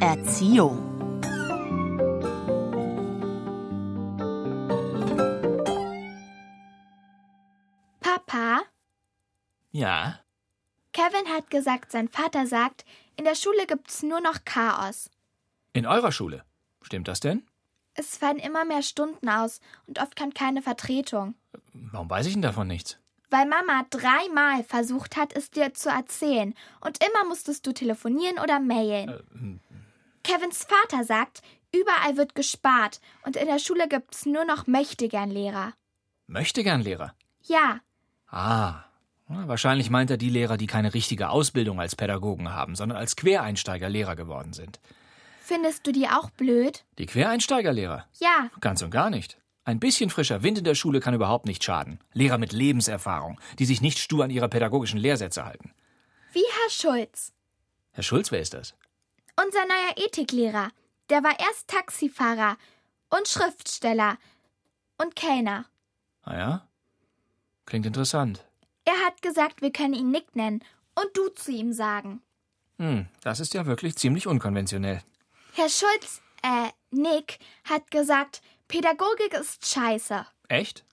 Erziehung. Papa, Ja, Kevin hat gesagt, sein Vater sagt, in der Schule gibt's nur noch Chaos. in eurer Schule. Stimmt das denn? Es fallen immer mehr Stunden aus und oft kommt keine Vertretung. Warum weiß ich denn davon nichts? Weil Mama dreimal versucht hat, es dir zu erzählen und immer musstest du telefonieren oder mailen. Ähm, Kevins Vater sagt, überall wird gespart und in der Schule gibt's nur noch mächtigern Lehrer. möchte gern Lehrer. Ja, Ah, na, wahrscheinlich meint er die Lehrer, die keine richtige Ausbildung als Pädagogen haben, sondern als Quereinsteiger Lehrer geworden sind. findest du die auch blöd? Die Quereinsteigerlehrer? Ja, Ganz und gar nicht. Ein bisschen frischer Wind in der Schule kann überhaupt nicht schaden. Lehrer mit Lebenserfahrung, die sich nicht stur an ihre pädagogischen Lehrsätze halten. wie Herr Schulz, Herr Schulz, wer ist das? unser neuer Ethiklehrer. Der war erst Taxifahrer und Schriftsteller und Kellner. Ah ja? Klingt interessant. Er hat gesagt, wir können ihn Nick nennen und du zu ihm sagen. Hm, das ist ja wirklich ziemlich unkonventionell. Herr Schulz, äh, Nick hat gesagt, Pädagogik ist scheiße. Echt?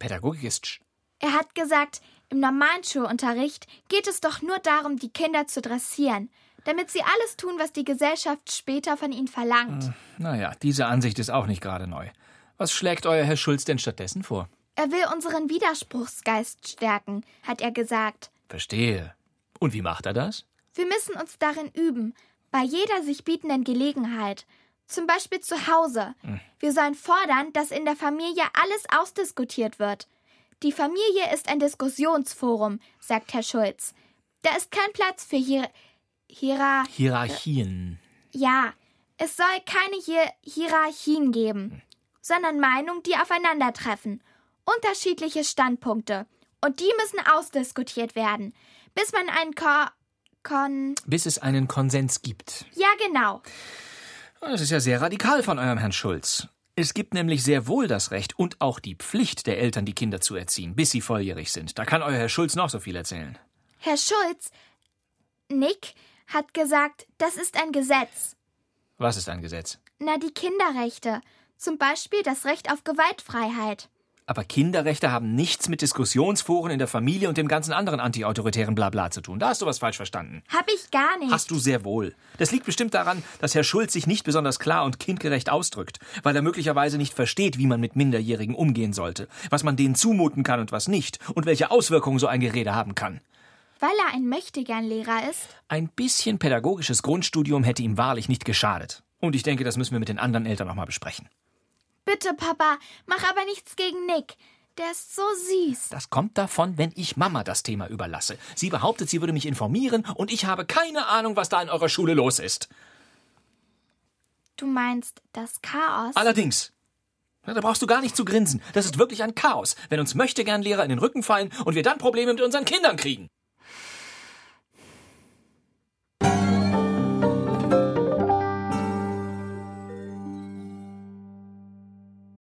Pädagogik ist sch Er hat gesagt, im normalen Schulunterricht geht es doch nur darum, die Kinder zu dressieren, damit sie alles tun, was die Gesellschaft später von ihnen verlangt. Naja, diese Ansicht ist auch nicht gerade neu. Was schlägt euer Herr Schulz denn stattdessen vor? Er will unseren Widerspruchsgeist stärken, hat er gesagt. Verstehe. Und wie macht er das? Wir müssen uns darin üben, bei jeder sich bietenden Gelegenheit. Zum Beispiel zu Hause. Wir sollen fordern, dass in der Familie alles ausdiskutiert wird. Die Familie ist ein Diskussionsforum, sagt Herr Schulz. Da ist kein Platz für Hier. Hiera. Hierarchien. Ja, es soll keine Hier Hierarchien geben, sondern Meinungen, die aufeinandertreffen. Unterschiedliche Standpunkte. Und die müssen ausdiskutiert werden, bis man einen Ko Kon. Bis es einen Konsens gibt. Ja, genau. Das ist ja sehr radikal von eurem Herrn Schulz. Es gibt nämlich sehr wohl das Recht und auch die Pflicht der Eltern, die Kinder zu erziehen, bis sie volljährig sind. Da kann euer Herr Schulz noch so viel erzählen. Herr Schulz, Nick hat gesagt, das ist ein Gesetz. Was ist ein Gesetz? Na, die Kinderrechte. Zum Beispiel das Recht auf Gewaltfreiheit. Aber Kinderrechte haben nichts mit Diskussionsforen in der Familie und dem ganzen anderen antiautoritären Blabla zu tun. Da hast du was falsch verstanden. Hab ich gar nicht. Hast du sehr wohl. Das liegt bestimmt daran, dass Herr Schulz sich nicht besonders klar und kindgerecht ausdrückt, weil er möglicherweise nicht versteht, wie man mit Minderjährigen umgehen sollte, was man denen zumuten kann und was nicht und welche Auswirkungen so ein Gerede haben kann. Weil er ein Möchtegern-Lehrer ist? Ein bisschen pädagogisches Grundstudium hätte ihm wahrlich nicht geschadet. Und ich denke, das müssen wir mit den anderen Eltern nochmal besprechen. Bitte, Papa, mach aber nichts gegen Nick. Der ist so süß. Das kommt davon, wenn ich Mama das Thema überlasse. Sie behauptet, sie würde mich informieren und ich habe keine Ahnung, was da in eurer Schule los ist. Du meinst das Chaos? Allerdings. Na, da brauchst du gar nicht zu grinsen. Das ist wirklich ein Chaos, wenn uns Möchtegern-Lehrer in den Rücken fallen und wir dann Probleme mit unseren Kindern kriegen.